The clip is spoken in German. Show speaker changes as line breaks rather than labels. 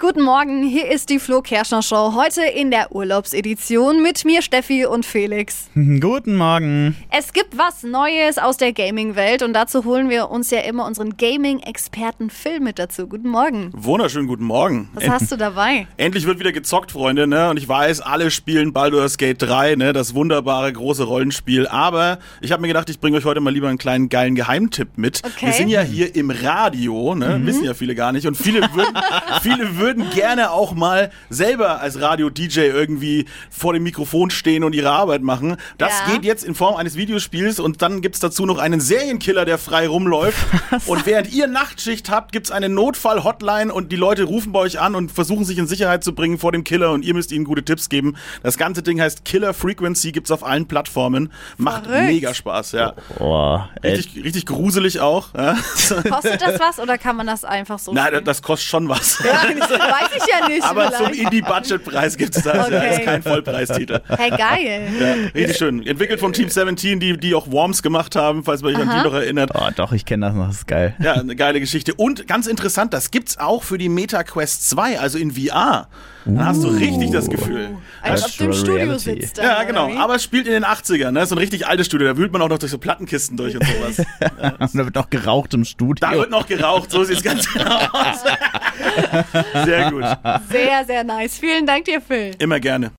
Guten Morgen, hier ist die Flo Kerschner Show. Heute in der Urlaubsedition mit mir Steffi und Felix.
Guten Morgen.
Es gibt was Neues aus der Gaming-Welt und dazu holen wir uns ja immer unseren Gaming-Experten Phil mit dazu. Guten Morgen.
Wunderschönen guten Morgen.
Was hast du dabei?
Endlich wird wieder gezockt, Freunde, ne? Und ich weiß, alle spielen Baldur's Gate 3, ne? Das wunderbare große Rollenspiel. Aber ich habe mir gedacht, ich bringe euch heute mal lieber einen kleinen geilen Geheimtipp mit.
Okay. Mhm.
Wir sind ja hier im Radio, ne? Wissen ja viele gar nicht. Und viele würden, viele würden gerne auch mal selber als Radio-DJ irgendwie vor dem Mikrofon stehen und ihre Arbeit machen. Das
Ja.
geht jetzt in Form eines Videospiels und dann gibt's dazu noch einen Serienkiller, der frei rumläuft. Und während ihr Nachtschicht habt, gibt's eine Notfall-Hotline und die Leute rufen bei euch an und versuchen sich in Sicherheit zu bringen vor dem Killer und ihr müsst ihnen gute Tipps geben. Das ganze Ding heißt Killer Frequency, gibt's auf allen Plattformen. Macht
Verrückt.
mega Spaß, ja.
Boah, ey,
Richtig, richtig gruselig auch. Ja.
Kostet das was oder kann man das einfach so
Nein,
spielen?
das kostet schon was.
Weiß ich ja nicht.
Aber zum
vielleicht.
Indie-Budget-Preis gibt's das. Ja.
Okay.
Ist kein Vollpreistitel.
Hey, geil.
Ja, richtig schön. Entwickelt vom Team 17, die, die auch Worms gemacht haben, falls man sich an die noch erinnert.
oh, doch, ich kenne das noch, das ist geil.
Ja, eine geile Geschichte. Und ganz interessant, das gibt's auch für die Meta Quest 2, also in VR. Dann hast du richtig das Gefühl.
Oh, Als ob du im
Virtual
Studio
Reality.
sitzt.
Ja,
dann,
genau.
oder wie?
Aber es spielt in den 80ern, ne? So ein richtig altes Studio. Da wühlt man auch noch durch so Plattenkisten durch und sowas.
Da wird noch geraucht im Studio.
Da wird noch geraucht, so sieht's ganz genau aus. Sehr gut.
Sehr, sehr nice. Vielen Dank dir, Phil.
Immer gerne.